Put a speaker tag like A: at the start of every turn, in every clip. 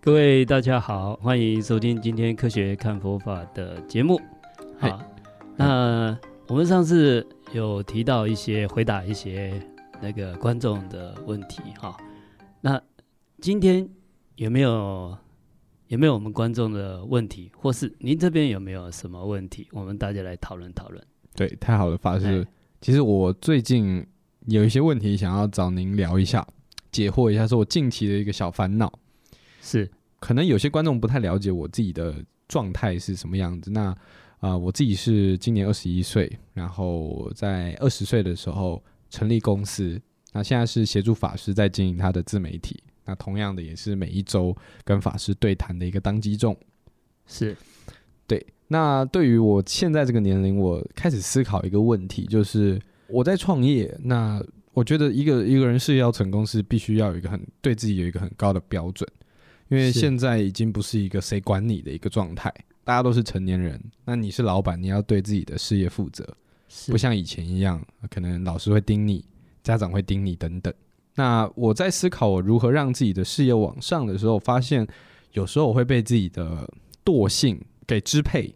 A: 各位大家好，欢迎收听今天《科学看佛法》的节目。好，那我们上次有提到一些回答一些那个观众的问题哈，那今天有没有有没有我们观众的问题，或是您这边有没有什么问题，我们大家来讨论讨论。
B: 对，太好了，法师
A: 哎。
B: 其实我最近有一些问题想要找您聊一下，解惑一下，是我近期的一个小烦恼。
A: 是
B: 可能有些观众不太了解我自己的状态是什么样子。那啊、呃我自己是今年二十一岁，然后在二十岁的时候成立公司，那现在是协助法师在经营他的自媒体。那同样的，也是每一周跟法师对谈的一个当机众。
A: 是，
B: 对，那对于我现在这个年龄，我开始思考一个问题，就是我在创业。那我觉得一个一个人事业要成功，是必须要有一个很对自己有一个很高的标准，因为
A: 是
B: 现在已经不是一个谁管你的一个状态，大家都是成年人。那你是老板，你要对自己的事业负责，
A: 是
B: 不像以前一样，可能老师会盯你，家长会盯你等等。那我在思考我如何让自己的事业往上的时候，发现有时候我会被自己的惰性给支配。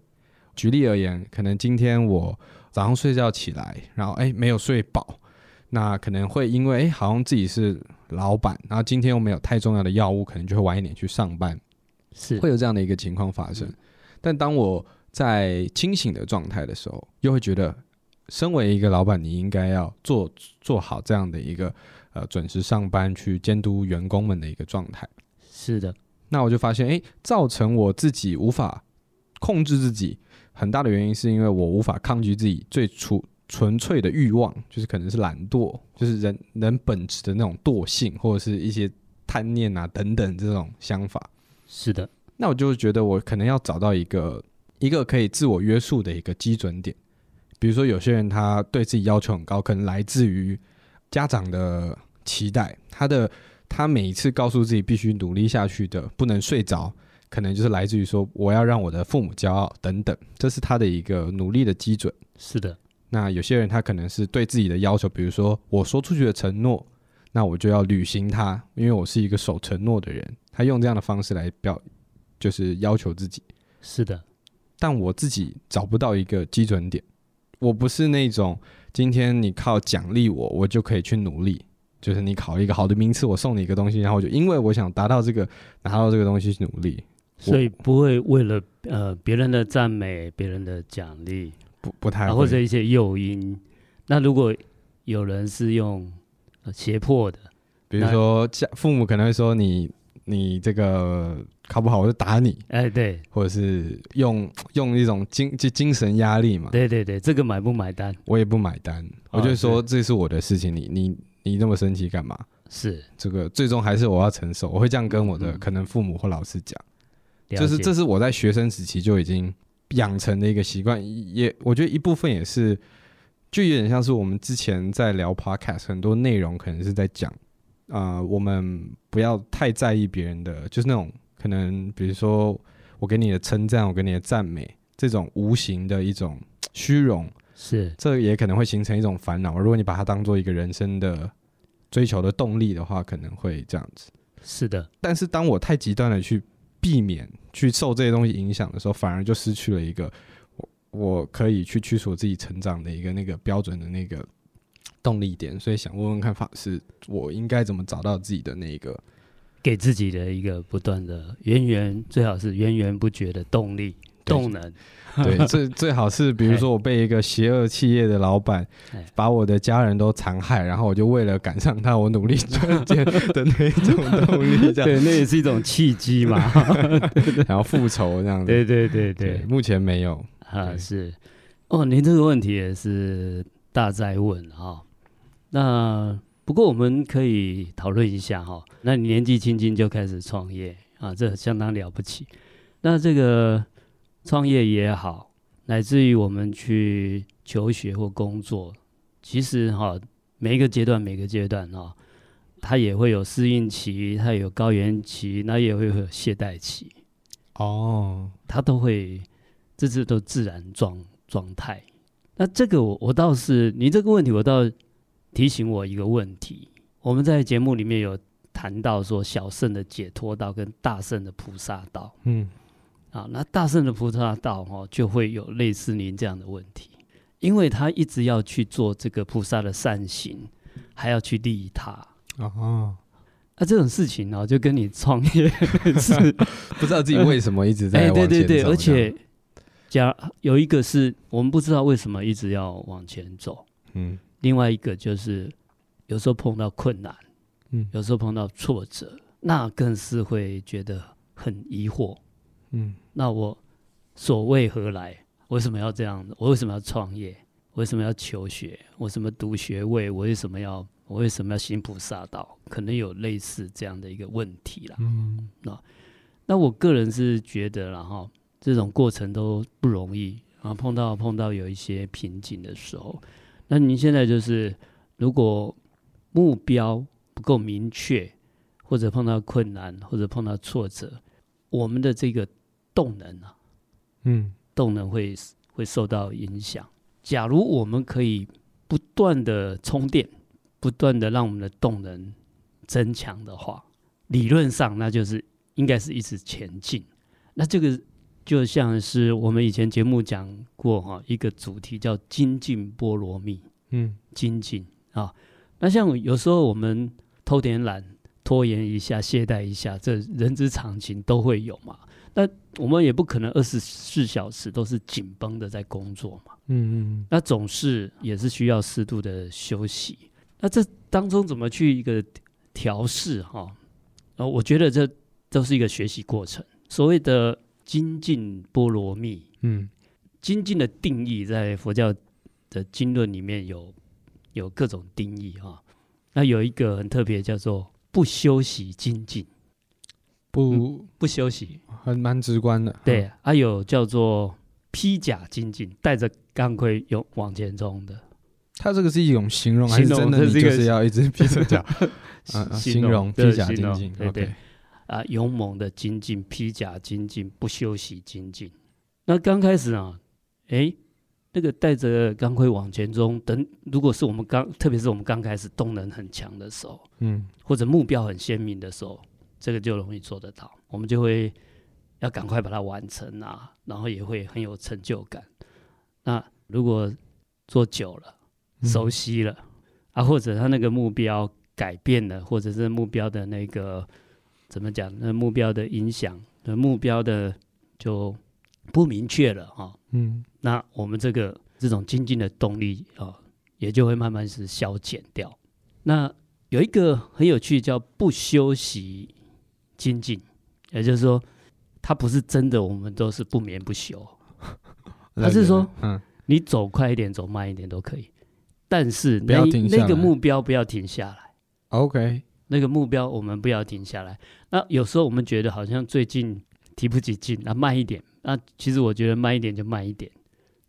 B: 举例而言，可能今天我早上睡觉起来，然后哎没有睡饱，那可能会因为哎好像自己是老板，然后今天又没有太重要的药物，可能就会晚一点去上班。
A: 是
B: 会有这样的一个情况发生。但当我在清醒的状态的时候，又会觉得，身为一个老板，你应该要做做好这样的一个呃准时上班，去监督员工们的一个状态。
A: 是的，
B: 那我就发现，诶，造成我自己无法控制自己很大的原因，是因为我无法抗拒自己最初纯粹的欲望，就是可能是懒惰，就是人人本质的那种惰性，或者是一些贪念啊等等这种想法。
A: 是的，
B: 那我就觉得我可能要找到一个一个可以自我约束的一个基准点。比如说，有些人他对自己要求很高，可能来自于家长的期待，他的他每一次告诉自己必须努力下去的，不能睡着，可能就是来自于说我要让我的父母骄傲等等，这是他的一个努力的基准。
A: 是的，
B: 那有些人他可能是对自己的要求，比如说我说出去的承诺，那我就要履行它，因为我是一个守承诺的人。他用这样的方式来表，就是要求自己。
A: 是的，
B: 但我自己找不到一个基准点，我不是那种今天你靠奖励我，我就可以去努力。就是你考一个好的名次，我送你一个东西，然后我就因为我想达到这个，拿到这个东西去努力，
A: 所以不会为了呃别人的赞美、别人的奖励，
B: 不不太
A: 啊，
B: 会。
A: 或者一些诱因。那如果有人是用呃胁迫的，
B: 比如说家父母可能会说你你这个考不好，我就打你，
A: 哎，对
B: 或者是用用一种精就精神压力嘛，
A: 对对对，这个买不买单
B: 我也不买单，
A: 啊
B: 我就说这是我的事情，你你你那么生气干嘛？
A: 是
B: 这个最终还是我要承受，我会这样跟我的
A: 嗯
B: 可能父母或老师讲，
A: 了
B: 就是
A: 解
B: 这是我在学生时期就已经养成的一个习惯，也我觉得一部分也是，就有点像是我们之前在聊 podcast 很多内容可能是在讲，啊，我们不要太在意别人的，就是那种可能比如说我给你的称赞，我给你的赞美，这种无形的一种虚荣，
A: 是
B: 这也可能会形成一种烦恼。如果你把它当做一个人生的追求的动力的话，可能会这样子。
A: 是的，
B: 但是当我太极端的去避免去受这些东西影响的时候，反而就失去了一个我我可以去驱使我自己成长的一个那个标准的那个动力点。所以想问问看法师，我应该怎么找到自己的那一 个？
A: 给自己的一个不断的源源，最好是源源不绝的动力、
B: 对
A: 动能。
B: 对，最最好是比如说我被一个邪恶企业的老板
A: 哎
B: 把我的家人都残害，然后我就为了赶上他，我努力赚钱的那种动力，这样
A: 对，那也是一种契机嘛。
B: 然后复仇这样子。
A: 对对对对
B: 对，，目前没有。
A: 啊，
B: 对
A: 是哦，您这个问题也是大在问哈、那不过我们可以讨论一下哈、那你年纪轻轻就开始创业啊，这相当了不起。那这个创业也好，乃至于我们去求学或工作，其实哈、每一个阶段每个阶段哈、它也会有适应期，它有高原期，那也会有懈怠期。
B: 哦，
A: 它都会，这是都自然状状态。那这个我我倒是，你这个问题我倒提醒我一个问题，我们在节目里面有谈到说小圣的解脱道跟大圣的菩萨道
B: 嗯
A: 啊，那大圣的菩萨道哦，就会有类似您这样的问题，因为他一直要去做这个菩萨的善行，还要去利他。
B: 哦，
A: 那、这种事情呢、哦，就跟你创业是
B: 不知道自己为什么一直在往前
A: 哎对对对，
B: 走
A: 而
B: 这样
A: 且加有一个是我们不知道为什么一直要往前走，
B: 嗯
A: 另外一个就是有时候碰到困难，
B: 嗯
A: 有时候碰到挫折，那更是会觉得很疑惑。
B: 嗯
A: 那我所为何来？为什么要这样？我为什么要创业？我为什么要求学？我为什么读学位？我为什么要我为什么要行菩萨道？可能有类似这样的一个问题啦。
B: 嗯
A: 那我个人是觉得啦，然后这种过程都不容易，然后碰到碰到有一些瓶颈的时候，那您现在就是如果目标不够明确，或者碰到困难，或者碰到挫折，我们的这个动能啊，
B: 嗯
A: 动能会会受到影响。假如我们可以不断的充电，不断的让我们的动能增强的话，理论上那就是应该是一直前进。那这个就像是我们以前节目讲过哈，一个主题叫精进波罗蜜。
B: 嗯
A: 精进啊。那像有时候我们偷点懒、拖延一下、懈怠一下，这人之常情都会有嘛。那我们也不可能二十四小时都是紧绷的在工作嘛，
B: 嗯
A: 那总是也是需要适度的休息。那这当中怎么去一个调试哈？呃，我觉得这都是一个学习过程。所谓的精进波罗蜜，
B: 嗯
A: 精进的定义在佛教的经论里面有有各种定义哈、那有一个很特别，叫做不休息精进，
B: 不
A: 不休息。
B: 还蛮直观的，
A: 对，还、有叫做披甲精进，带着钢盔有往前冲的
B: 它这个是一种形容，还是
A: 形容
B: 真的？
A: 这
B: 你
A: 是一
B: 就
A: 个
B: 是要一直披着 甲，啊啊
A: 形
B: 形容
A: 对
B: 披甲
A: 形
B: 精
A: 容
B: 进。
A: 对
B: OK，
A: 对啊，勇猛的精进，披甲精进，不休息精进。那刚开始啊，诶，那个带着钢盔往前冲，等如果是我们刚，特别是我们刚开始动能很强的时候，
B: 嗯
A: 或者目标很鲜明的时候，这个就容易做得到，我们就会要赶快把它完成啊，然后也会很有成就感。那如果做久了，
B: 嗯
A: 熟悉了、啊，或者他那个目标改变了，或者是目标的那个怎么讲？那目标的影响，那目标的就不明确了啊、
B: 嗯
A: 那我们这个这种精进的动力啊、也就会慢慢是消减掉。那有一个很有趣叫不休息精进，也就是说，它不是真的我们都是不眠不休，他是说
B: 嗯
A: 你走快一点，走慢一点都可以，但是
B: 不要
A: 那一
B: 停下来
A: 那个目标不要停下来。
B: OK，
A: 那个目标我们不要停下来。那有时候我们觉得好像最近提不起劲，那、慢一点。那、其实我觉得慢一点就慢一点，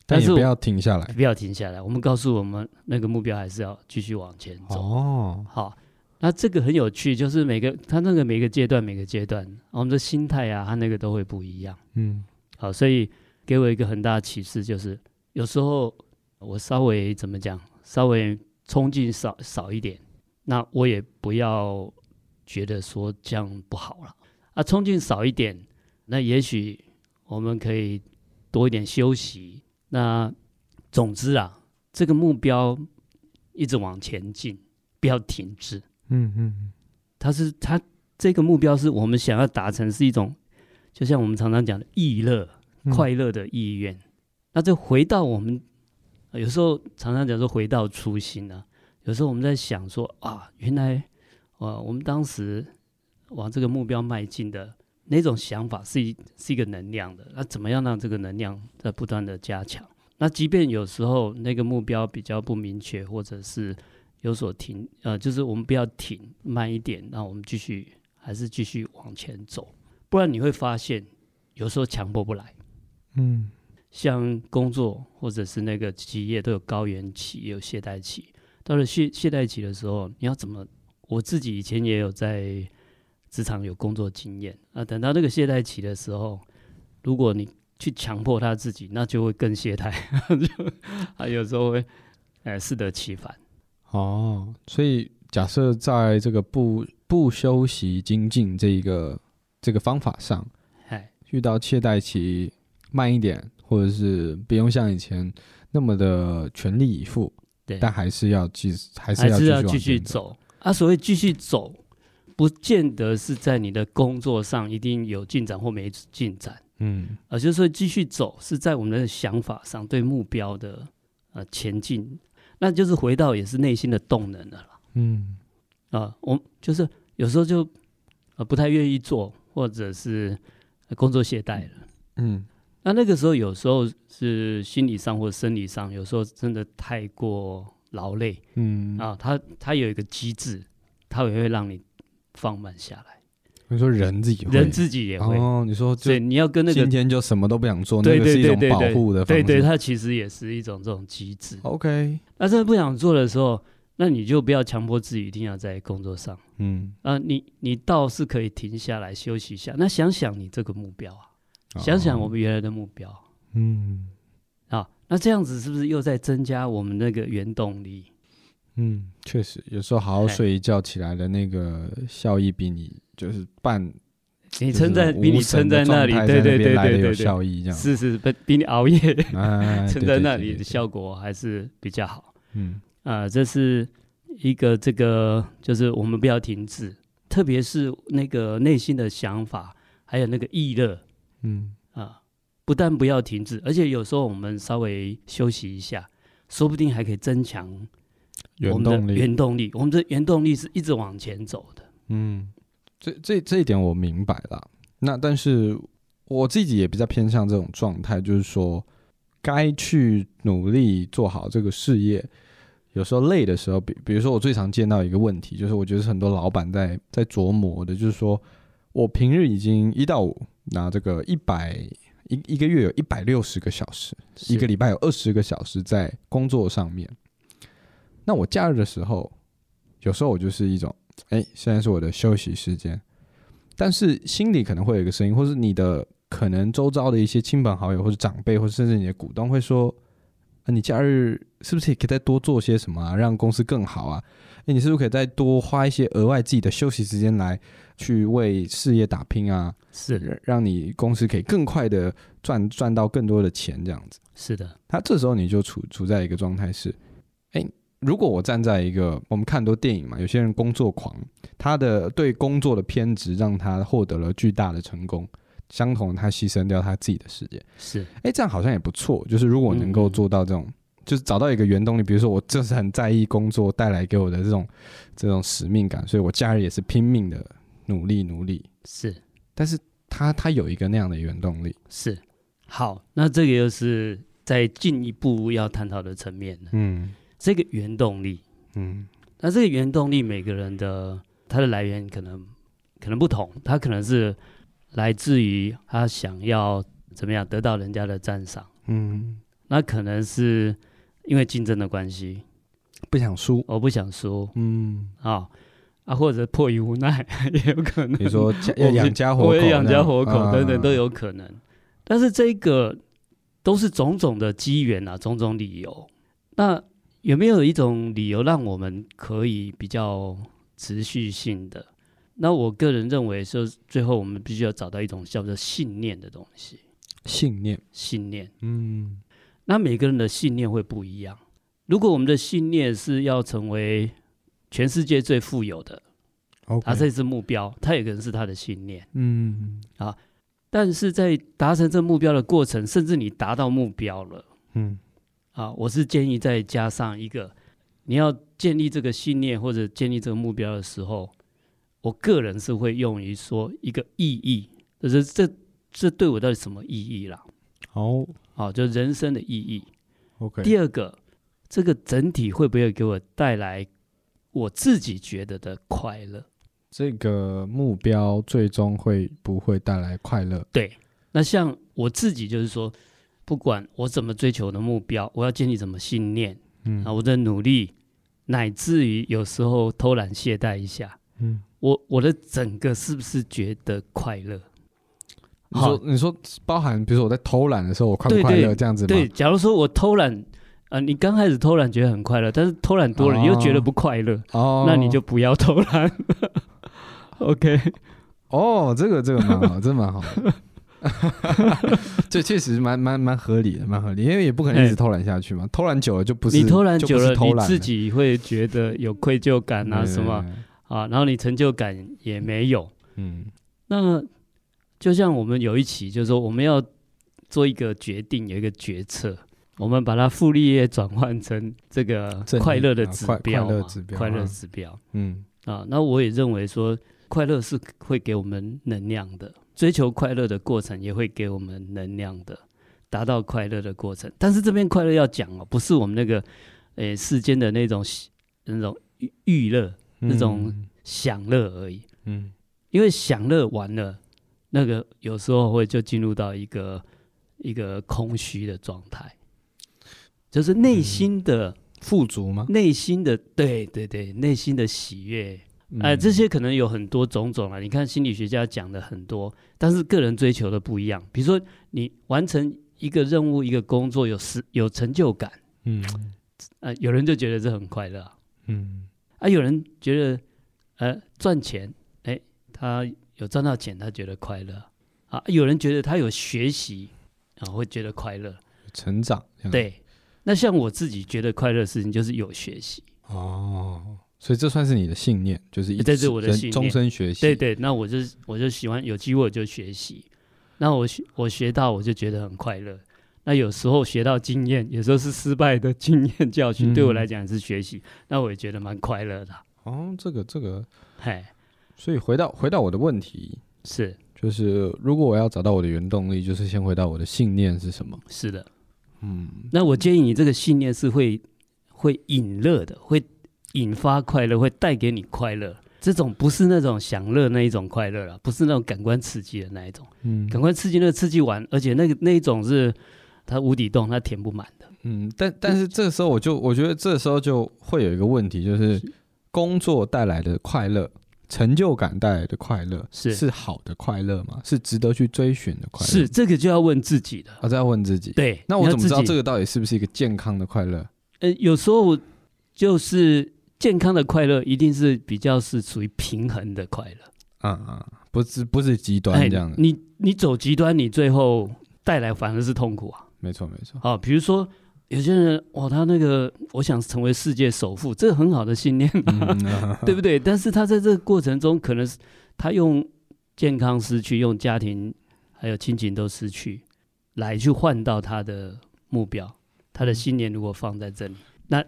B: 但
A: 但
B: 也
A: 是
B: 不
A: 我
B: 要停下来
A: 不要停下来。我们告诉我们那个目标还是要继续往前走。
B: 哦。
A: 好，那这个很有趣，就是每个他那个每个阶段每个阶段，我们的心态啊，他那个都会不一样。
B: 嗯
A: 好，所以给我一个很大的启示，就是有时候我稍微怎么讲，稍微冲劲少少一点，那我也不要觉得说这样不好了啊，冲劲少一点，那也许我们可以多一点休息。那总之啊，这个目标一直往前进，不要停滞。
B: 嗯嗯
A: 它是它这个目标是我们想要达成，是一种就像我们常常讲的意乐。
B: 嗯，
A: 快乐的意愿。那就回到我们，呃有时候常常讲说回到初心啊。有时候我们在想说啊，原来呃我们当时往这个目标迈进的那种想法是一是一个能量的。那怎么样让这个能量在不断的加强？那即便有时候那个目标比较不明确，或者是有所停，呃，就是我们不要停，慢一点，那我们继续还是继续往前走，不然你会发现有时候强迫不来。
B: 嗯
A: 像工作或者是那个企业都有高原期，也有懈怠期。到了懈懈怠期的时候，你要怎么？我自己以前也有在职场有工作经验啊。等到那个懈怠期的时候，如果你去强迫他自己，那就会更懈怠， 就啊有时候会哎呃适得其反。
B: 哦，所以假设在这个不不休息精进这一个这个方法上，
A: 哎，
B: 遇到懈怠期慢一点，或者是不用像以前那么的全力以赴，
A: 对，
B: 但还是要继还是
A: 还
B: 要
A: 是要继
B: 继
A: 续
B: 续往前。
A: 走啊。所谓继续走，不见得是在你的工作上一定有进展或没进展，
B: 嗯，
A: 啊，就是说继续走是在我们的想法上对目标的呃前进，那就是回到也是内心的动能了啦。
B: 嗯，
A: 啊，我就是有时候就呃不太愿意做，或者是呃工作懈怠了。
B: 嗯，
A: 那那个时候有时候是心理上或生理上，有时候真的太过劳累
B: 嗯，
A: 啊，它它有一个机制，它也会让你放慢下来，
B: 你说人自己会，
A: 人自己也会。
B: 哦，你说
A: 所
B: 就
A: 以你要跟那个
B: 今天就什么都不想做，
A: 对
B: 那个是
A: 对对
B: 一种
A: 对
B: 保
A: 对
B: 护的方
A: 对
B: 式。哦
A: 对，它其实也是一种这种机制。
B: OK，
A: 那真的不想做的时候，那你就不要强迫自己一定要在工作上
B: 嗯，
A: 啊，你你倒是可以停下来休息一下，那想想你这个目标啊。想想我
B: 哦，
A: 们原来的目标
B: 嗯
A: 啊，那这样子是不是又在增加我们那个原动力？
B: 嗯，确实，有时候好好
A: 哎
B: 睡一觉起来的那个效益，比你就是半
A: 你
B: 就是
A: 撑在比你
B: 无神
A: 撑
B: 的
A: 在那里，
B: 状态
A: 对
B: 在
A: 对
B: 那边
A: 对
B: 来得
A: 对
B: 有
A: 对对，
B: 效益这样，
A: 是是比比你熬夜
B: 哎
A: 撑在那，
B: 对对对
A: 里的
B: 对对
A: 效果还是比较好
B: 嗯
A: 啊、这是一个这个就是我们不要停滞，特别是那个内心的想法，还有那个意热
B: 嗯
A: 啊、不但不要停滞，而且有时候我们稍微休息一下，说不定还可以增强我
B: 原
A: 们的
B: 动力，
A: 原动力，我们的原动力是一直往前走的。
B: 嗯，这这这一点我明白了。那但是我自己也比较偏向这种状态，就是说该去努力做好这个事业。有时候累的时候，比比如说我最常见到一个问题，就是我觉得是很多老板在在琢磨的，就是说我平日已经一到五拿这个一百一一个月有一百六十个小时，一个礼拜有二十个小时在工作上面。那我假日的时候，有时候我就是一种，哎、现在是我的休息时间，但是心里可能会有一个声音，或是你的可能周遭的一些亲朋好友，或者长辈，或者甚至你的股东会说，啊，你假日是不是也可以再多做些什么啊，让公司更好啊？哎、你是不是可以再多花一些额外自己的休息时间来去为事业打拼啊？
A: 是
B: 让让你公司可以更快的赚赚到更多的钱，这样子。
A: 是的，
B: 他这时候你就处处在一个状态是，哎、如果我站在一个我们看很多电影嘛，有些人工作狂，他的对工作的偏执让他获得了巨大的成功，相同他牺牲掉他自己的时间，
A: 是
B: 哎、这样好像也不错。就是如果我能够
A: 嗯嗯
B: 做到这种。就是找到一个原动力，比如说我就是很在意工作带来给我的这种这种使命感，所以我假日也是拼命的努力努力。
A: 是
B: 但是他他有一个那样的原动力，
A: 是。好，那这个又是在进一步要探讨的层面了。
B: 嗯
A: 这个原动力，
B: 嗯
A: 那这个原动力每个人的它的来源可能可能不同，它可能是来自于他想要怎么样得到人家的赞赏，
B: 嗯，
A: 那可能是因为竞争的关系，
B: 不想输，
A: 我不想输
B: 嗯，
A: 啊、啊，或者迫于无奈 也有可能。
B: 比如说家
A: 我
B: 要养家活口
A: 哦我
B: 那样，
A: 也养家活口等等都
B: 啊，
A: 有可能。但是这个都是种种的机缘啊，种种理由。那有没有一种理由让我们可以比较持续性的？那我个人认为，说最后我们必须要找到一种叫做信念的东西。
B: 信念，
A: 信念，
B: 嗯
A: 那每个人的信念会不一样。如果我们的信念是要成为全世界最富有的，
B: 嗯，OK，
A: 他这是目标，他也可能是他的信念。
B: 嗯
A: 但是在达成这目标的过程，甚至你达到目标了
B: 嗯
A: 啊，我是建议再加上一个，你要建立这个信念或者建立这个目标的时候，我个人是会用于说一个意义，就是这这对我到底什么意义啦？
B: 好
A: 啊，就人生的意义。
B: ，OK，
A: 第二个，这个整体会不会给我带来我自己觉得的快乐？
B: 这个目标最终会不会带来快乐？
A: 那像我自己就是说，不管我怎么追求我的目标，我要建立什么信念，
B: 嗯
A: 啊，我的努力，乃至于有时候偷懒懈怠一下，
B: 嗯，
A: 我我的整个是不是觉得快乐？
B: 你说你说包含，比如说我在偷懒的时候，我快不快
A: 对
B: 乐
A: 对
B: 这样子吗？
A: 对，假如说我偷懒，啊，你刚开始偷懒觉得很快乐，但是偷懒多了，你又觉得不快乐，
B: 哦，
A: 那你就不要偷懒。 OK，
B: 哦，这个这个蛮好，这蛮好 的。这确实蛮蛮蛮合理的，蛮合理，因为也不可能一直
A: 哎
B: 偷懒下去嘛，偷懒久了就不是
A: 你偷懒
B: 就
A: 久
B: 不是
A: 了，
B: 偷
A: 你
B: 懒
A: 自己会觉得有愧疚感啊
B: 对
A: 什么，啊，然后你成就感也没有。
B: 嗯
A: 那就像我们有一期，就是说我们要做一个决定，有一个决策，我们把它复利业转换成这个
B: 正义
A: 快乐的
B: 啊
A: 指
B: 快
A: 标
B: 快乐
A: 嘛
B: 指标
A: 快乐
B: 啊
A: 指标
B: 嗯
A: 啊。那我也认为说，快乐是会给我们能量的，追求快乐的过程也会给我们能量的，达到快乐的过程。但是这边快乐要讲哦，不是我们那个诶世间的那种喜那种娱娱乐那种享乐而已。
B: 嗯
A: 因为享乐完了，那个有时候会就进入到一个一个空虚的状态，就是内心的、
B: 富足吗？
A: 内心的对对对，内心的喜悦，
B: 嗯
A: 哎、这些可能有很多种种啊。你看心理学家讲的很多，但是个人追求的不一样。比如说你完成一个任务、一个工作，有时有成就感，
B: 嗯
A: 呃，有人就觉得这很快乐啊，
B: 嗯
A: 啊有人觉得呃赚钱，哎，他有赚到钱，他觉得快乐啊，有人觉得他有学习啊，会觉得快乐。
B: 成长这样
A: 对，那像我自己觉得快乐的事情就是有学习，
B: 哦，所以这算是你的信念，就是一
A: 这
B: 直
A: 是我的
B: 人
A: 信念
B: 终身学习，
A: 对对，那我就我就喜欢有机会我就学习，那我学我学到我就觉得很快乐。那有时候学到经验，有时候是失败的经验教训，对我来
B: 嗯
A: 讲也是学习，那我也觉得蛮快乐的。
B: 哦，这个这个，
A: 嘿，
B: 所以回到回到我的问题，
A: 是
B: 就是如果我要找到我的原动力，就是先回到我的信念是什么？
A: 是的，
B: 嗯，
A: 那我建议你这个信念是会会引乐的，会引发快乐，会带给你快乐。这种不是那种享乐那一种快乐了，不是那种感官刺激的那一种，
B: 嗯
A: 感官刺激那个刺激完，而且那个那一种是它无底洞，它填不满的。
B: 嗯，但但是这时候我就我觉得这时候就会有一个问题，就是工作带来的快乐。成就感带来的快乐
A: 是
B: 是好的快乐吗？是值得去追寻的快乐？
A: 是这个就要问自己了。
B: 我在问自己。
A: 对，
B: 那我怎么知道这
A: 个？
B: 个到底是不是一个健康的快乐？
A: 呃，有时候就是健康的快乐，一定是比较是属于平衡的快乐。哎
B: 啊啊，不是不是极端这样的，
A: 你你走极端，你最后带来反而是痛苦啊。
B: 没错没 错。
A: 啊，比如说有些人哇，他那个我想成为世界首富，这很好的信念嘛，
B: 嗯啊
A: 对不对？但是他在这个过程中，可能是他用健康失去，用家庭还有亲情都失去，来去换到他的目标，他的信念如果放在这里，那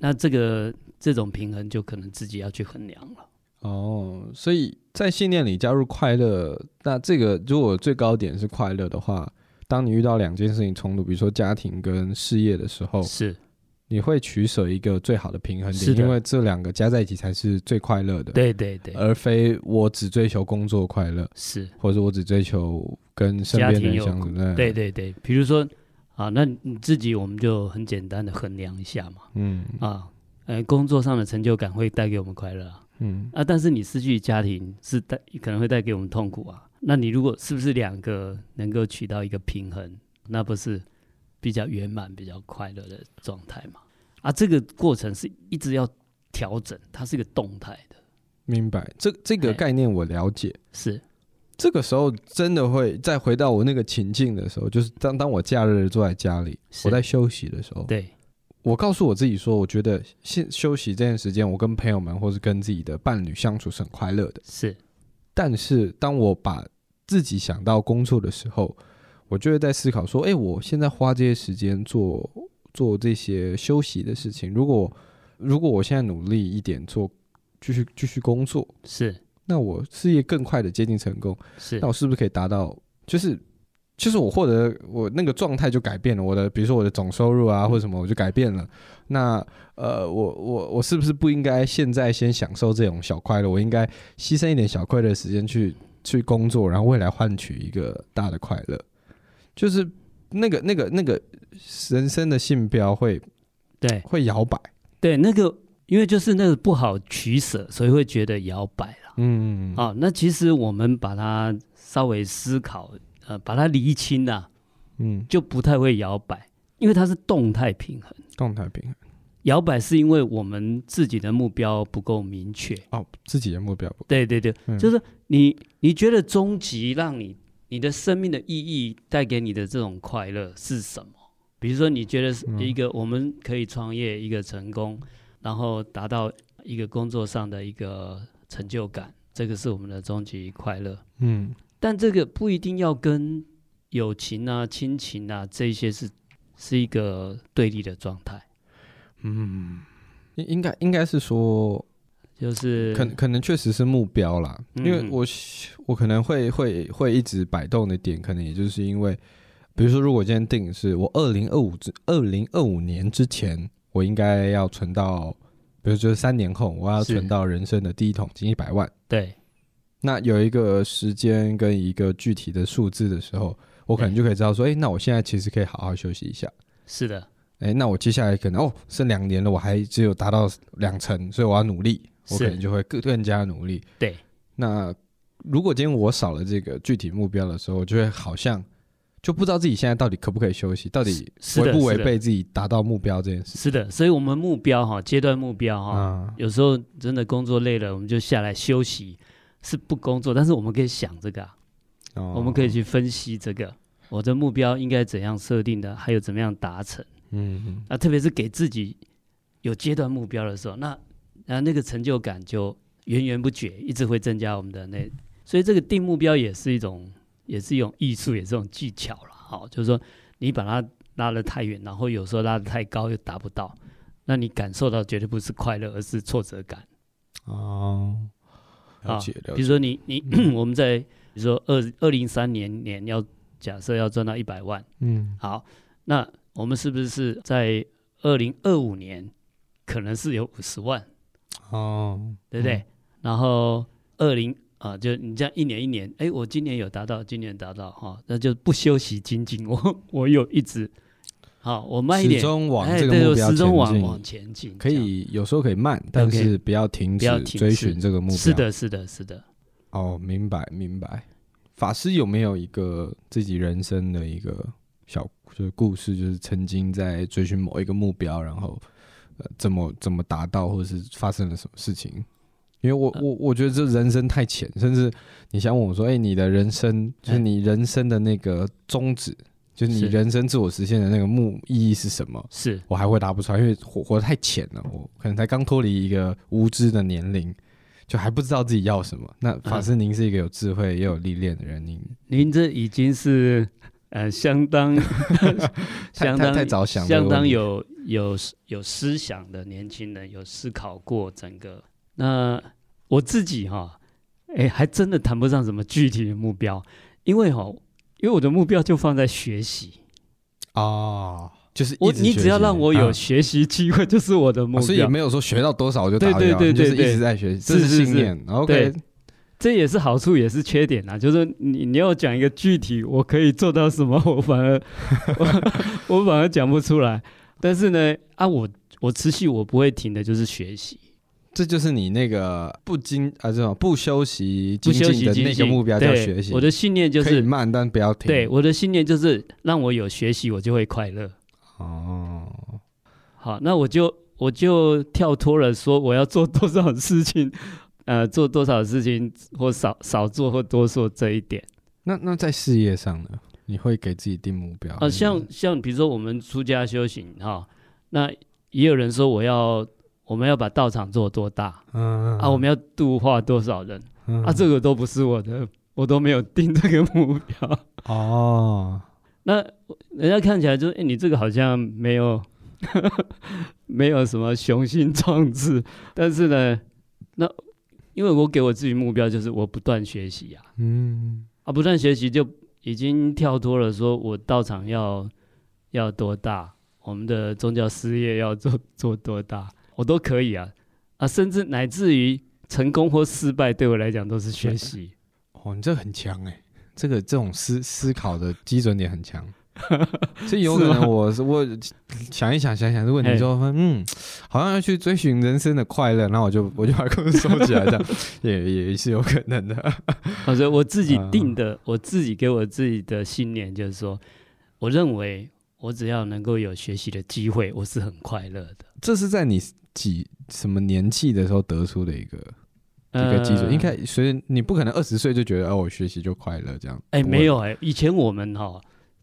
A: 那这个这种平衡就可能自己要去衡量了。
B: 哦，所以在信念里加入快乐，那这个如果最高点是快乐的话，当你遇到两件事情冲突，比如说家庭跟事业的时候，
A: 是
B: 你会取舍一个最好的平衡
A: 是
B: 点，
A: 的
B: 因为这两个加在一起才是最快乐的，
A: 对对对，
B: 而非我只追求工作快乐，
A: 是。
B: 或者我只追求跟身边
A: 家庭
B: 人
A: 有
B: 相处。
A: 对，对对，比如说啊，那你自己我们就很简单的衡量一下嘛，
B: 嗯
A: 啊，呃，工作上的成就感会带给我们快乐啊，
B: 嗯
A: 啊，但是你失去家庭是带可能会带给我们痛苦啊。那你如果是不是两个能够取到一个平衡，那不是比较圆满、比较快乐的状态嘛？啊，这个过程是一直要调整，它是一个动态的，
B: 明白。这这个
A: 嘿
B: 概念我了解，
A: 是
B: 这个时候真的会再回到我那个情境的时候，就是当当我假日坐在家里，
A: 是
B: 我在休息的时候，
A: 对
B: 我告诉我自己说，我觉得现休息这段时间，我跟朋友们或是跟自己的伴侣相处是很快乐的。
A: 是
B: 但是当我把自己想到工作的时候，我就会在思考说，诶，我现在花这些时间做做这些休息的事情，如果如果我现在努力一点做，继续继续工作，
A: 是
B: 那我事业更快的接近成功。
A: 是
B: 那我是不是可以达到？就是就是我获得我那个状态就改变了，我的比如说我的总收入啊或者什么我就改变了。那呃，我我我是不是不应该现在先享受这种小快乐？我应该牺牲一点小快乐的时间去去工作，然后未来换取一个大的快乐，就是。那个、那个、那个人生的信标会
A: 对
B: 会摇摆，
A: 对，那个因为就是那个不好取舍，所以会觉得摇摆啦。
B: 嗯，
A: 啊，那其实我们把它稍微思考，呃，把它厘清啊了、
B: 嗯，
A: 就不太会摇摆，因为它是动态平衡。
B: 动态平衡，
A: 摇摆是因为我们自己的目标不够明确。
B: 哦，自己的目标不
A: 对对对，
B: 嗯
A: 就是你你觉得终极让你你的生命的意义带给你的这种快乐是什么？比如说，你觉得是
B: 嗯
A: 一个我们可以创业，一个成功，然后达到一个工作上的一个成就感，这个是我们的终极快乐。
B: 嗯
A: 但这个不一定要跟友情啊、亲情啊这些是是一个对立的状态，
B: 嗯，应应该应该是说
A: 就是
B: 可可能确实是目标啦，
A: 嗯
B: 因为我我可能会会会一直摆动的点，可能也就是因为，比如说，如果今天定的是我二零二五之二零二五年之前，我应该要存到，比如就是三年后，我要
A: 是
B: 存到人生的第一桶金一百万。
A: 对
B: 那有一个时间跟一个具体的数字的时候，我可能就可以知道说，哎、那我现在其实可以好好休息一下。
A: 是的，
B: 哎、那我接下来可能哦，剩两年了，我还只有达到两成，所以我要努力，我
A: 是
B: 可能就会更更加努力。
A: 对，
B: 那如果今天我少了这个具体目标的时候，我就会好像就不知道自己现在到底可不可以休息，到底
A: 是
B: 违
A: 的
B: 不违
A: 是的
B: 背自己达到目标这件事
A: 是的，所以我们目标哈，阶段目标哈，
B: 啊。
A: 有时候真的工作累了，我们就下来休息，是不工作，但是我们可以想这个啊、
B: 我
A: 我们可以去分析这个，我的目标应该怎样设定的，还有怎么样达成。
B: 嗯
A: 啊，特别是给自己有阶段目标的时候，那啊那个成就感就源源不绝，一直会增加我们的那，所以这个定目标也是一种，也是一种艺术，也是一种技巧了。好，就是说你把它拉得太远，然后有时候拉得太高又达不到，那你感受到绝对不是快乐，而是挫折感。
B: 哦，了
A: 啊
B: 解了
A: 比
B: 解，
A: 如说你你 我们在比如说二二零三年年要假设要赚到一百万，
B: 嗯
A: 好，那我们是不是在二零二五年可能是有五十万，
B: 哦，
A: 对不对？然后二零啊，就你这样一年一年，哎，我今年有达到，今年达到哈、那就不休息精进，我 我有一直好，我慢一
B: 始
A: 点，
B: 终往
A: 哎，
B: 这个
A: 对，
B: 目
A: 我
B: 标
A: 始终往往
B: 前
A: 前
B: 进，
A: 进，
B: 可
A: 这样。
B: 以有时候可以慢，但是不要停
A: 不要
B: 止
A: 停止
B: 追寻这个目标。
A: 是，的，是的，是的。
B: 哦，明白明白。法师有没有一个自己人生的一个小就是故事，就是曾经在追寻某一个目标，然后呃怎么怎么达到，或者是发生了什么事情？因为我
A: 呃
B: 我我觉得这人生太浅，甚至你想问我说，哎、你的人生就是
A: 哎
B: 你人生的那个宗旨，就是你
A: 是
B: 人生自我实现的那个目意义是什么？
A: 是
B: 我还会答不出来，因为活活得太浅了，我可能才刚脱离一个无知的年龄，就还不知道自己要什么。
A: 嗯
B: 那法师，您是一个有智慧也有历练的人，您
A: 您这已经是呃相当
B: 太
A: 相
B: 太
A: 当
B: 太早想了
A: 相当有有有思想的年轻人，有思考过整个。那我自己哈、哎，还真的谈不上什么具体的目标，因为哈、因为我的目标就放在学习。
B: 哦，就是
A: 我
B: 一直
A: 你
B: 学
A: 只要
B: 习
A: 让我有
B: 啊
A: 学习机会，就是我的目
B: 哦所以也
A: 标。
B: 没有说学到多少我就达到
A: 对对对
B: 就是
A: 对对
B: 一直在学习，这
A: 是是
B: 信念。OK，
A: 对这也是好处，也是缺点啊。就是说你你要讲一个具体，我可以做到什么，我反而 我我反而讲不出来。但是呢，啊，我我持续我不会停的，就是学习。
B: 这就是你那个不精啊，这种不休息
A: 不
B: 精
A: 休息
B: 进的
A: 精
B: 那个
A: 进
B: 目标叫
A: 对
B: 学习，
A: 我的信念就
B: 可以
A: 是，
B: 慢但不要停。
A: 对，我的信念就是让我有学习，我就会快乐。
B: 哦，
A: 好，那我就我就跳脱了，说我要做多少事情， 呃，做多少事情或少少做或多做这一点。
B: 那那在事业上呢？你会给自己定目标？还
A: 啊，
B: 是
A: 像像比如说我们出家修行哈、那也有人说我要我们要把道场做多大
B: 嗯
A: 啊，我们要度化多少人
B: 嗯
A: 啊，这个都不是我的，我都没有定这个目标。
B: 哦，
A: 那人家看起来就，哎、你这个好像没有 没有什么雄心壮志，但是呢，那因为我给我自己目标就是我不断学习呀、啊，
B: 嗯，
A: 不断学习就已经跳脱了，说我道场要要多大，我们的宗教事业要做 做多大，我都可以啊，啊，甚至乃至于成功或失败，对我来讲都是学习。
B: 哦，你这很强哎、这个这种思思考的基准点很强，所以有可
A: 是吗
B: 能我是我想一想想一想这个问题
A: 嘿
B: 之后，发现嗯，好像要去追寻人生的快乐，那我就我就把故事收起来，这样也也是有可能的。
A: 或哦者我自己
B: 嗯
A: 定的，我自己给我自己的信念就是说，我认为我只要能够有学习的机会，我是很快乐的。
B: 这是在你几什么年纪的时候得出的一个一个基准？
A: 呃
B: 应该随着你不可能二十岁就觉得哦，我学习就快乐这样。
A: 哎、
B: 不会
A: 没有哎、以前我们哈、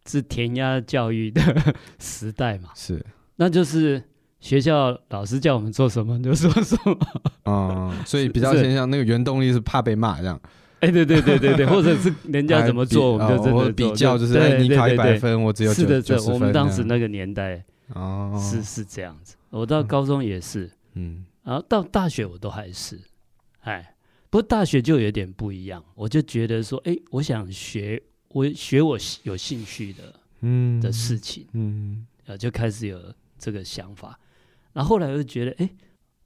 A: 是填鸭教育的 时代嘛，
B: 是
A: 那就是学校老师叫我们做什么就做什么。
B: 嗯，所以比较
A: 是
B: 偏向那个原动力是怕被骂这样。
A: 哎、对对对对对，或者是人家怎么做，我
B: 还
A: 们就
B: 比
A: 真的
B: 哦或
A: 做
B: 者比较，就是
A: 对
B: 哎你
A: 对
B: 考一
A: 对
B: 百
A: 对
B: 分，我只有
A: 是的，
B: 九
A: 是
B: 90
A: 的，我
B: 分
A: 们当时
B: 这样
A: 那个年代
B: 哦
A: 是是这样子。我到高中也是，
B: 嗯
A: 然后到大学我都还是，哎，不过大学就有点不一样，我就觉得说，哎，我想学，我学我喜有兴趣的
B: 嗯
A: 的事情，
B: 嗯
A: 呃，就开始有这个想法。然后后来我就觉得，哎，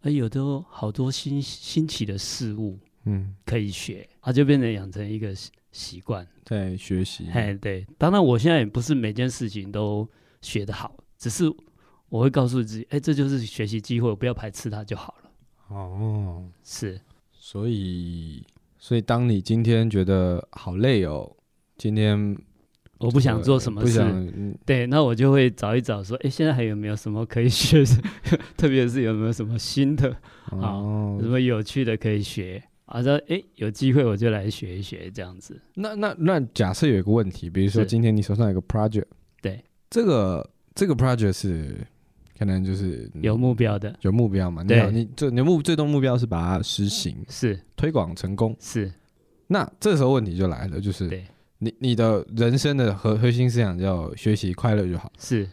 A: 哎，有的好多新新奇的事物
B: 嗯，
A: 可以学，啊，就变成养成一个习习惯。
B: 在学习
A: 哎，对，当然我现在也不是每件事情都学得好，只是我会告诉自己，哎，这就是学习机会，我不要排斥它就好了。
B: 哦，
A: 是，
B: 所以所以当你今天觉得好累哦，今天
A: 我不想做什么
B: 不
A: 事
B: 想，嗯
A: 对，那我就会找一找，说，哎，现在还有没有什么可以学？ 特别是有没有什么新的、好
B: 哦
A: 什，么有趣的可以学？啊，说，哎，有机会我就来学一学，这样子。
B: 那那那假设有一个问题，比如说
A: 是
B: 今天你手上有个 project，
A: 对，
B: 这个这个 project 是可能就是
A: 有目标的，
B: 有目标嘛？你
A: 对嗯
B: 有你最你的目最终目标是把它实行
A: 是
B: 推广成功。
A: 是，
B: 那这时候问题就来了，就是
A: 对，
B: 你你的人生的核核心思想叫学习快乐就好，
A: 是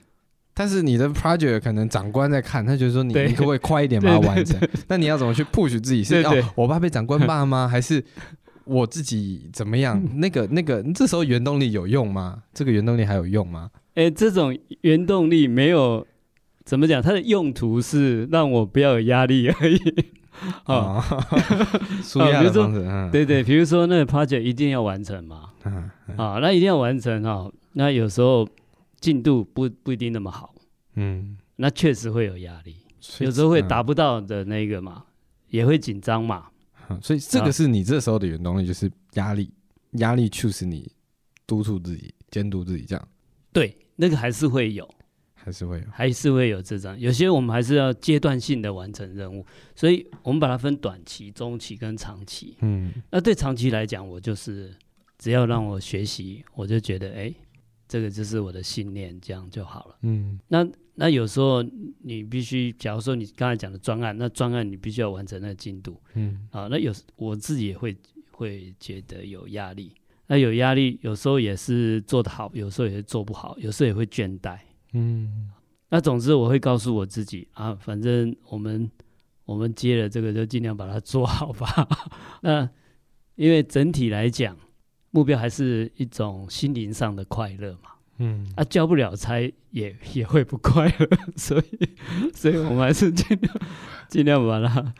B: 但是你的 project 可能长官在看，他觉得说你
A: 对
B: 你可不可以快 一点把它完成？那你要怎么去 push 自己？是
A: 对对
B: 哦，我怕被长官骂吗？还是我自己怎么样？
A: 嗯
B: 那个那个，这时候原动力有用吗？这个原动力还有用吗？
A: 哎，这种原动力没有怎么讲，它的用途是让我不要有压力而已。 哦，
B: 啊， 舒压
A: 比
B: 的
A: 如说
B: 方式，嗯，
A: 对对，比如说那个 project 一定要完成嘛，
B: 嗯，
A: 啊，那一定要完成哦。那有时候进度不不一定那么好，
B: 嗯，
A: 那确实会有压力，
B: 所以
A: 有时候会
B: 嗯
A: 达不到的那个嘛，也会紧张嘛。
B: 嗯 所以这个是你这时候的原动力，就是压力，压力促使你督促自己、监督自己，这样
A: 对，那个还是会有，
B: 还是会有。
A: 还是会有这种。有些我们还是要阶段性的完成任务，所以我们把它分短期、中期跟长期。
B: 嗯，
A: 那对长期来讲，我就是只要让我学习，我就觉得哎，诶这个就是我的信念，这样就好了。
B: 嗯，
A: 那那有时候你必须，假如说你刚才讲的专案，那专案你必须要完成那个进度，
B: 嗯，
A: 啊，那有时我自己也会会觉得有压力，那有压力，有时候也是做得好，有时候也是做不好，有时候也会倦怠。
B: 嗯，
A: 那总之我会告诉我自己啊，反正我们我们接了这个就尽量把它做好吧。 那因为整体来讲，目标还是一种心灵上的快乐嘛。
B: 嗯，
A: 啊，交不了差也也会不快乐， 所以所以我们还是尽量尽量把它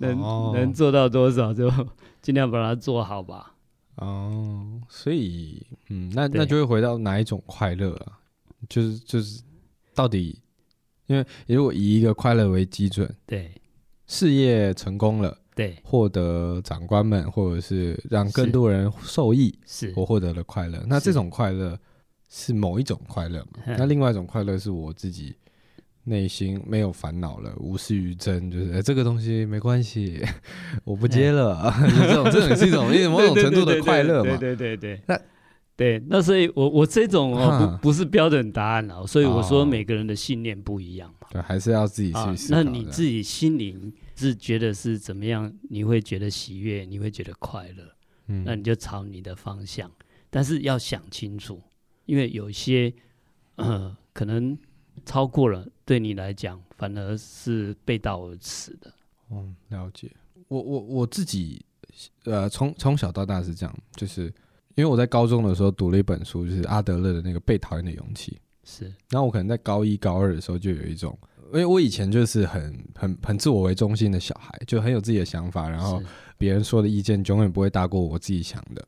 A: 能、
B: 哦
A: 能做到多少就尽量把它做好吧。
B: 哦，所以，嗯，那
A: 对
B: 那就会回到哪一种快乐啊？就是就是，到底，因为如果以一个快乐为基准，
A: 对
B: 事业成功了，
A: 对
B: 获得长官们或者是让更
A: 是
B: 多人受益，
A: 是
B: 我获得了快乐。那
A: 是
B: 这种快乐是某一种快乐嘛？
A: 嗯
B: 那另外一种快乐是我自己内心没有烦恼了，无事于争，就是、哎这个东西没关系， 我不接了，就 这种这种也是一 种一种某种程度的快乐
A: 嗯对
B: 嘛。
A: 对对对对。
B: 那
A: 对，那所以我我这种哦
B: 哈
A: 不不是标准答案啊，所以我说
B: 哦
A: 每个人的信念不一样嘛。
B: 对，还是要自己
A: 啊
B: 去，思
A: 那
B: 考的。
A: 你自己心灵是觉得是怎么样？你会觉得喜悦，你会觉得快乐。
B: 嗯
A: 那你就朝你的方向，但是要想清楚，因为有些呃可能超过了，对你来讲反而是背道而驰的。
B: 嗯，了解。我我我自己，呃，从从小到大是这样，就是因为我在高中的时候读了一本书，就是阿德勒的那个《被讨厌的勇气》。
A: 是
B: 然后我可能在高一高二的时候就有一种，因为我以前就是很很很自我为中心的小孩，就很有自己的想法，然后
A: 是
B: 别人说的意见永远不会大过我自己想的。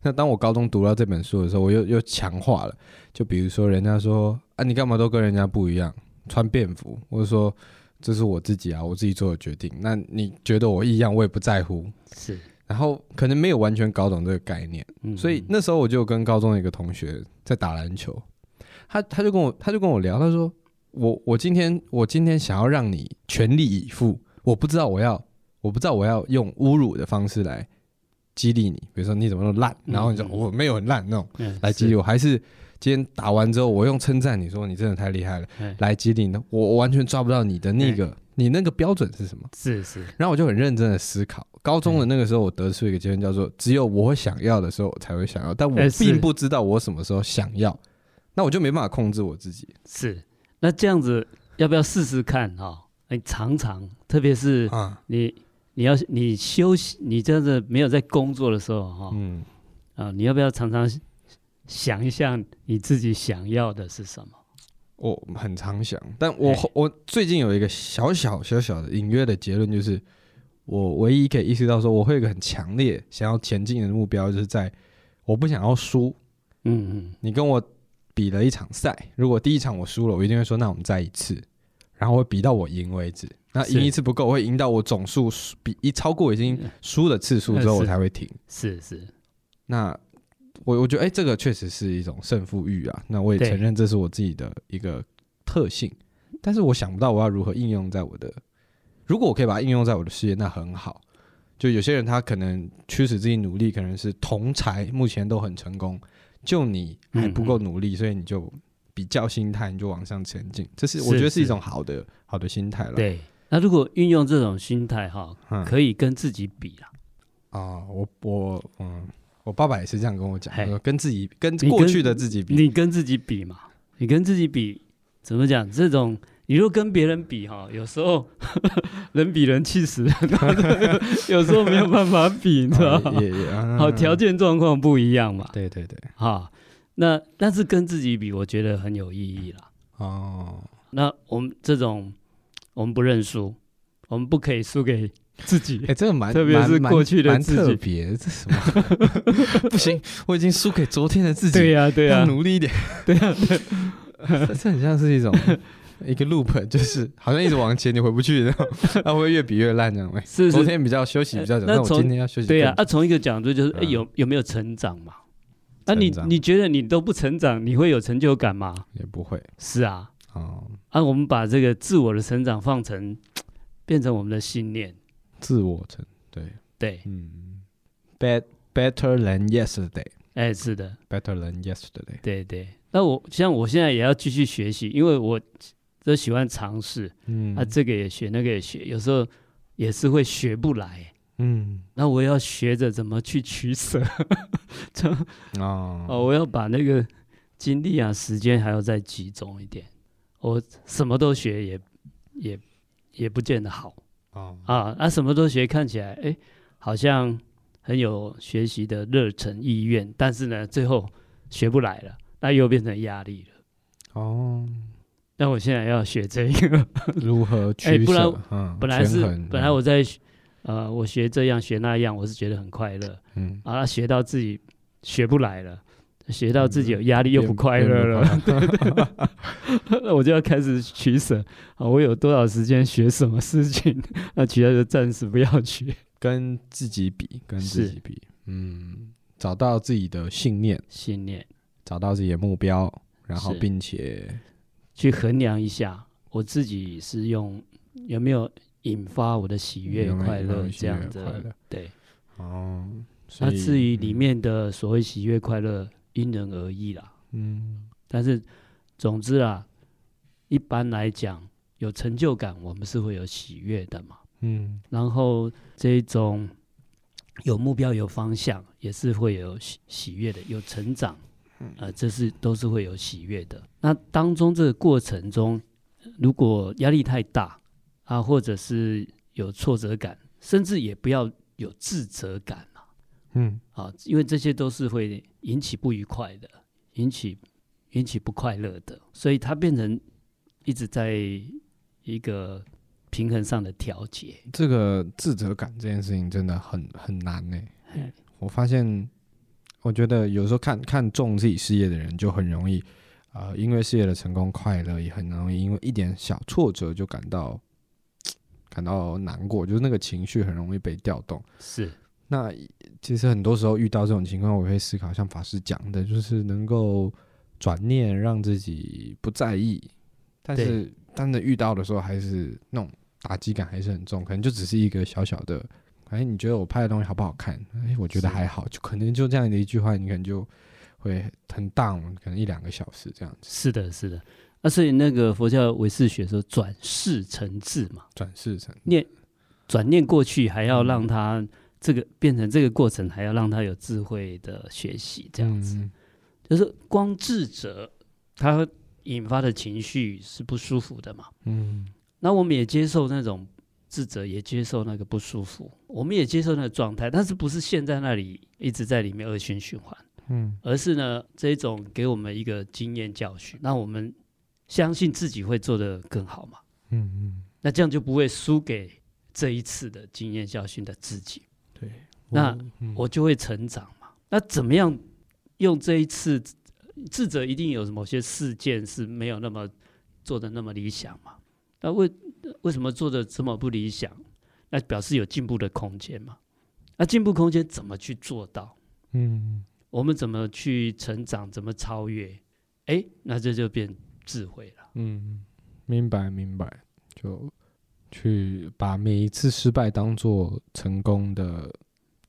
B: 那当我高中读到这本书的时候，我又又强化了，就比如说人家说啊，你干嘛都跟人家不一样，穿便服，或者说这是我自己啊，我自己做的决定。那你觉得我异样，我也不在乎。
A: 是，
B: 然后可能没有完全搞懂这个概念。
A: 嗯
B: 所以那时候我就跟高中的一个同学在打篮球，他他就跟我他就跟我聊，他说我我今天我今天想要让你全力以赴，我不知道我要我不知道我要用侮辱的方式来激励你，比如说你怎么那么烂，
A: 嗯
B: 然后你说
A: 嗯
B: 我没有很烂那种
A: 嗯
B: 来激励我，还是今天打完之后我用称赞你说你真的太厉害了
A: 哎
B: 来激励你，我我完全抓不到你的那个你那个标准是什么。
A: 是是
B: 然后我就很认真的思考。高中的那个时候，我得出一个结论，叫做只有我想要的时候我才会想要，但我
A: 哎是
B: 并不知道我什么时候想要，那我就没办法控制我自己
A: 是，那这样子要不要试试看哈、你常常，特别是
B: 啊。
A: 你你要你休息，你这样子没有在工作的时候哈、
B: 嗯，
A: 啊，你要不要常常想一下你自己想要的是什么？
B: 我很常想，但我
A: 哎
B: 我最近有一个小小小小的隐约的结论，就是我唯一可以意识到说，我会有一个很强烈想要前进的目标，就是在我不想要输。
A: 嗯
B: 你跟我比了一场赛，如果第一场我输了，我一定会说那我们再一次，然后会比到我赢为止。那
A: 是嗯
B: 赢一次不够，我会赢到我总数输比一超过已经输的次数之后，
A: 是
B: 我才会停。
A: 嗯，是是，
B: 那我我觉得，哎、这个确实是一种胜负欲啊。那我也
A: 对
B: 承认这是我自己的一个特性，但是我想不到我要如何应用在我的。如果我可以把它应用在我的事业，那很好。就有些人他可能驱使自己努力，可能是同才目前都很成功，就你
A: 嗯
B: 还不够努力，所以你就比较心态，你就往上前进。这是我
A: 是
B: 觉得是一
A: 是
B: 种好的好的心态了。
A: 对。那如果运用这种心态哈、
B: 嗯
A: 可以跟自己比啦、
B: 啊、我我嗯，我爸爸也是这样跟我讲，
A: 嘿
B: 他说跟自己跟
A: 你
B: 过
A: 跟
B: 去的自己比，
A: 你跟自己比嘛，你跟自己比，怎么讲？这种你如果跟别人比哈，有时候 人比人气死人， 有时候没有办法比，你知道
B: 啊
A: 吗？
B: 也也啊
A: 好，条件状况不一样嘛，
B: 对对对，
A: 哈。那但是跟自己比，我觉得很有意义啦。
B: 哦，
A: 那我们这种，我们不认输，我们不可以输给自己
B: 哎、。这个蛮
A: 特别是
B: 蛮
A: 过去的
B: 蛮
A: 自己
B: 特别，这什么？ 不行，我已经输给昨天的自己，
A: 对呀、对呀、
B: 要努力一点，
A: 对呀、
B: 这这很像是一种一个 loop，就是好像一直往前，你回不去，然后它会越比越烂这样。哎
A: 是
B: 昨
A: 是，
B: 天比较休息比较久，
A: 那
B: 那我
A: 从
B: 今天要休息更久。
A: 对呀、啊，从一个角度就是、哎
B: 嗯
A: 有有没有成长嘛？那、你
B: 成长
A: 你觉得你都不成长，你会有成就感吗？
B: 也不会
A: 是啊，
B: 哦，
A: 啊，我们把这个自我的成长放成变成我们的信念，
B: 自我成对，
A: 对，
B: 嗯，bet better than yesterday，better
A: 哎，是的，
B: than yesterday，
A: 对对。那我像我现在也要继续学习，因为我都喜欢尝试，
B: 嗯
A: 啊，这个也学，那个也学，有时候也是会学不来。
B: 嗯
A: 那我要学着怎么去取舍，这哦，
B: 哦，
A: 我要把那个精力啊、时间还要再集中一点。我什么都学也也也不见得好
B: 哦
A: 啊，啊，什么都学看起来哎，好像很有学习的热忱意愿，但是呢，最后学不来了，那又变成压力了。
B: 哦，
A: 那我现在要学这个，
B: 如何取舍？
A: 哎不然
B: 嗯
A: 本来是
B: 权衡
A: 本来我在学呃，我学这样学那样，我是觉得很快乐
B: 嗯，
A: 啊，学到自己学不来了，学到自己有压力又不快乐了，
B: 对
A: 那我就要开始取舍啊，我有多少时间学什么事情？ 那其他就暂时不要学。
B: 跟自己比，跟自
A: 是
B: 己比，嗯，找到自己的信念，
A: 信念
B: 找到自己的目标，然后
A: 是
B: 并且
A: 去衡量一下，我自己是用有没有引发我的喜悦
B: 有没有
A: 快
B: 有没
A: 乐
B: 有喜
A: 这
B: 悦
A: 样子
B: 快乐。
A: 对，
B: 哦，所
A: 那
B: 以嗯
A: 至于里，面的所谓喜悦快乐，因人而异啦。
B: 嗯
A: 但是总之啊，一般来讲，有成就感，我们是会有喜悦的嘛。
B: 嗯
A: 然后这一种有目标、有方向，也是会有喜喜悦的，有成长，呃，这是都是会有喜悦的。那当中这个过程中，如果压力太大啊，或者是有挫折感，甚至也不要有自责感啊，
B: 嗯
A: 啊因为这些都是会引起不愉快的，引起引起不快乐的，所以它变成一直在一个平衡上的调节。
B: 嗯，这个自责感这件事情真的很很难呢。我发现，我觉得有时候看看重自己事业的人，就很容易，呃，因为事业的成功快乐，也很容易因为一点小挫折就感到感到难过，就是那个情绪很容易被调动。
A: 是，
B: 那其实很多时候遇到这种情况，我会思考像法师讲的，就是能够转念，让自己不在意。但是真的遇到的时候，还是那种打击感还是很重，可能就只是一个小小的，哎，你觉得我拍的东西好不好看？哎，我觉得
A: 是
B: 还好，就可能就这样的一句话，你可能就会很 down，可能一两个小时这样子
A: 是的，是的。啊，所以那个佛教唯识学说转世成智嘛，
B: 转世成
A: 转念过去还要让他这个变成这个过程，还要让他有智慧的学习，这样子。
B: 嗯
A: 就是光智者他引发的情绪是不舒服的嘛，
B: 嗯
A: 那我们也接受那种智者，也接受那个不舒服，我们也接受那个状态，但是不是陷在那里一直在里面恶性循环，
B: 嗯
A: 而是呢这一种给我们一个经验教训，那我们相信自己会做得更好嘛，
B: 嗯嗯，
A: 那这样就不会输给这一次的经验教训的自己，
B: 对。
A: 那
B: 嗯
A: 我就会成长嘛。那怎么样用这一次智者一定有某些事件是没有那么做的那么理想嘛？那为为什么做的这么不理想？那表示有进步的空间嘛？那进步空间怎么去做到？
B: 嗯
A: 我们怎么去成长？怎么超越？哎，那这就变智慧了。
B: 嗯，明白明白，就去把每一次失败当做成功的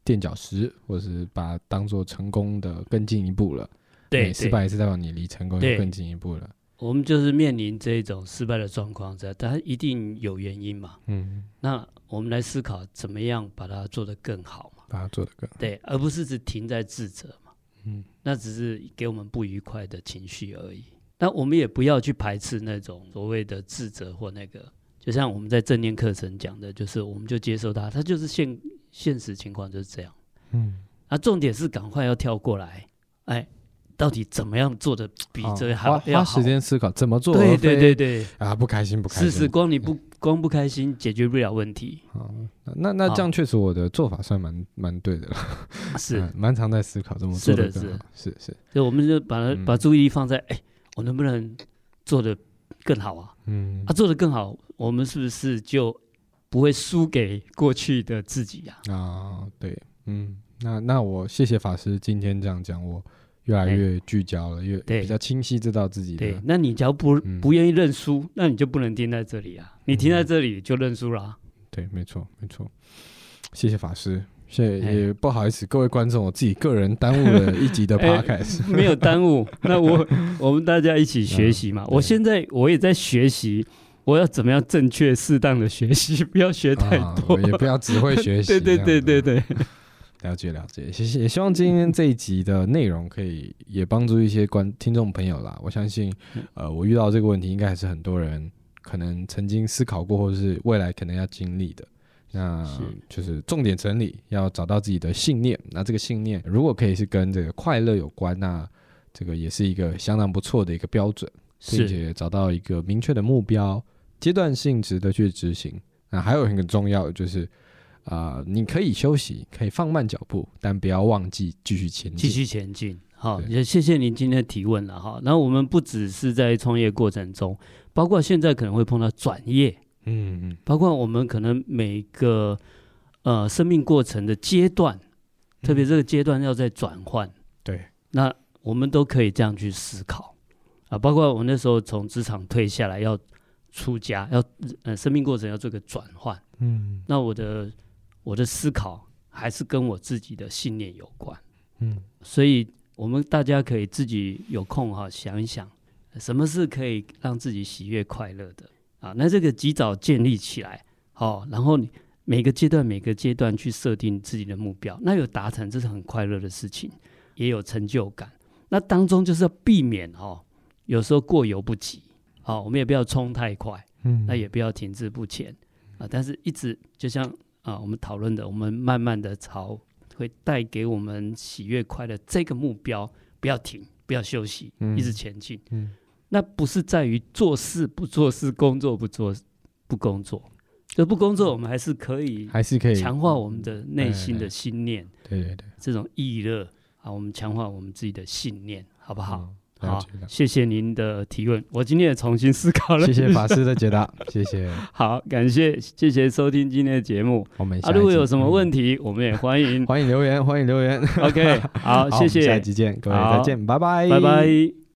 B: 垫脚石，或是把它当做成功的更进一步了。每
A: 对，
B: 失
A: 对，
B: 败一次代表你离成功又
A: 对
B: 更进一步了。
A: 我们就是面临这种失败的状况，在它一定有原因嘛。
B: 嗯，
A: 那我们来思考怎么样把它做得更好嘛。
B: 把它做得更好。
A: 对，而不是只停在自责嘛。
B: 嗯
A: 嗯，那只是给我们不愉快的情绪而已。那我们也不要去排斥那种所谓的自责或那个，就像我们在正念课程讲的，就是我们就接受它，它就是现现实情况就是这样。
B: 嗯，
A: 那重点是赶快要跳过来，哎，到底怎么样做的比
B: 好
A: 这个还
B: 哦花
A: 要
B: 花
A: 好
B: 时？间思考怎么做，
A: 对
B: 而非
A: 对对对，
B: 啊，不开心不开心。
A: 事实光你不光不开心，解决不了问题，
B: 好，那那那
A: 好
B: 这样确实我的做法算蛮蛮对的了，
A: 是
B: 嗯蛮常在思考怎么
A: 是
B: 做
A: 的
B: 得更好。是是，
A: 所以我们就把它、
B: 嗯
A: 把注意力放在，哎，我能不能做的更好啊？
B: 嗯
A: 啊，做得更好，我们是不是就不会输给过去的自己呀、
B: 啊，对，嗯，那那我谢谢法师今天这样讲，我越来
A: 哎
B: 越聚焦了，越
A: 对
B: 比较清晰知道自己
A: 对
B: 的，，
A: 那你只要不
B: 啊嗯
A: 不愿意认输，那你就不能停在这里啊！你停在这里就认输啦、
B: 对，没错，没错，谢谢法师，谢
A: 哎
B: 也不好意思各位观众，我自己个人耽误了一集 的
A: 哎
B: podcast，
A: 没有耽 误。那我我们大家一起学习嘛。
B: 对
A: 我现在我也在学习，我要怎么样正确适当的学习，不要学太
B: 啊
A: 多。
B: 我也不要只会学习，
A: 对对对对
B: 对。
A: 对，
B: 了解了解，谢谢。也希望今天这一集的内容可以也帮助一些观听众朋友啦。我相信，呃，我遇到这个问题，应该还是很多人可能曾经思考过，或是未来可能要经历的。那
A: 是
B: 就是重点整理，要找到自己的信念。那这个信念如果可以是跟这个快乐有关，那这个也是一个相当不错的一个标准。啊并
A: 是
B: 且找到一个明确的目标，阶段性质的去执行。那还有一个很重要的就是，啊，你可以休息，可以放慢脚步，但不要忘记继续前
A: 继
B: 进。
A: 续前进。好，
B: 对
A: 也谢谢您今天的提问了哈。那我们不只是在创业过程中，包括现在可能会碰到转业，
B: 嗯嗯，
A: 包括我们可能每个呃生命过程的阶段，特别这个阶段要在转换，
B: 嗯对，
A: 那我们都可以这样去思考啊。包括我那时候从职场退下来要出家，要呃生命过程要做个转换，
B: 嗯
A: 那我的我的思考还是跟我自己的信念有关，
B: 嗯，
A: 所以我们大家可以自己有空哈、想一想，什么是可以让自己喜悦快乐的啊？那这个及早建立起来，好、然后你每个阶段每个阶段去设定自己的目标，那有达成这是很快乐的事情，也有成就感。那当中就是要避免哦，有时候过犹不及，好、我们也不要冲太快，
B: 嗯
A: 那也不要停滞不前啊。但是一直就像啊我们讨论的，我们慢慢的朝会带给我们喜悦快乐这个目标，不要停，不要休息，
B: 嗯
A: 一直前进。
B: 嗯
A: 那不是在于做事不做事，工作不做不工作，就不工作，我们还是可以
B: 还是可以
A: 强化我们的内心
B: 哎
A: 的信念，
B: 对对对，
A: 这种意热啊，我们强化我们自己的信念，好不好？
B: 嗯，了
A: 好
B: 解了，解。
A: 谢谢您的提问，我今天也重新思考了。
B: 谢谢法师的 解答，谢谢。
A: 好，感谢谢谢收听今天的节目。
B: 我们
A: 啊，如果有什么
B: 题，
A: 问题，我们也欢迎
B: 嗯。欢迎留言，欢迎留言。
A: OK，好，
B: 好
A: 谢
B: 我们下
A: 谢
B: 一，集见，各位
A: 好
B: 再见，拜拜，
A: 拜拜。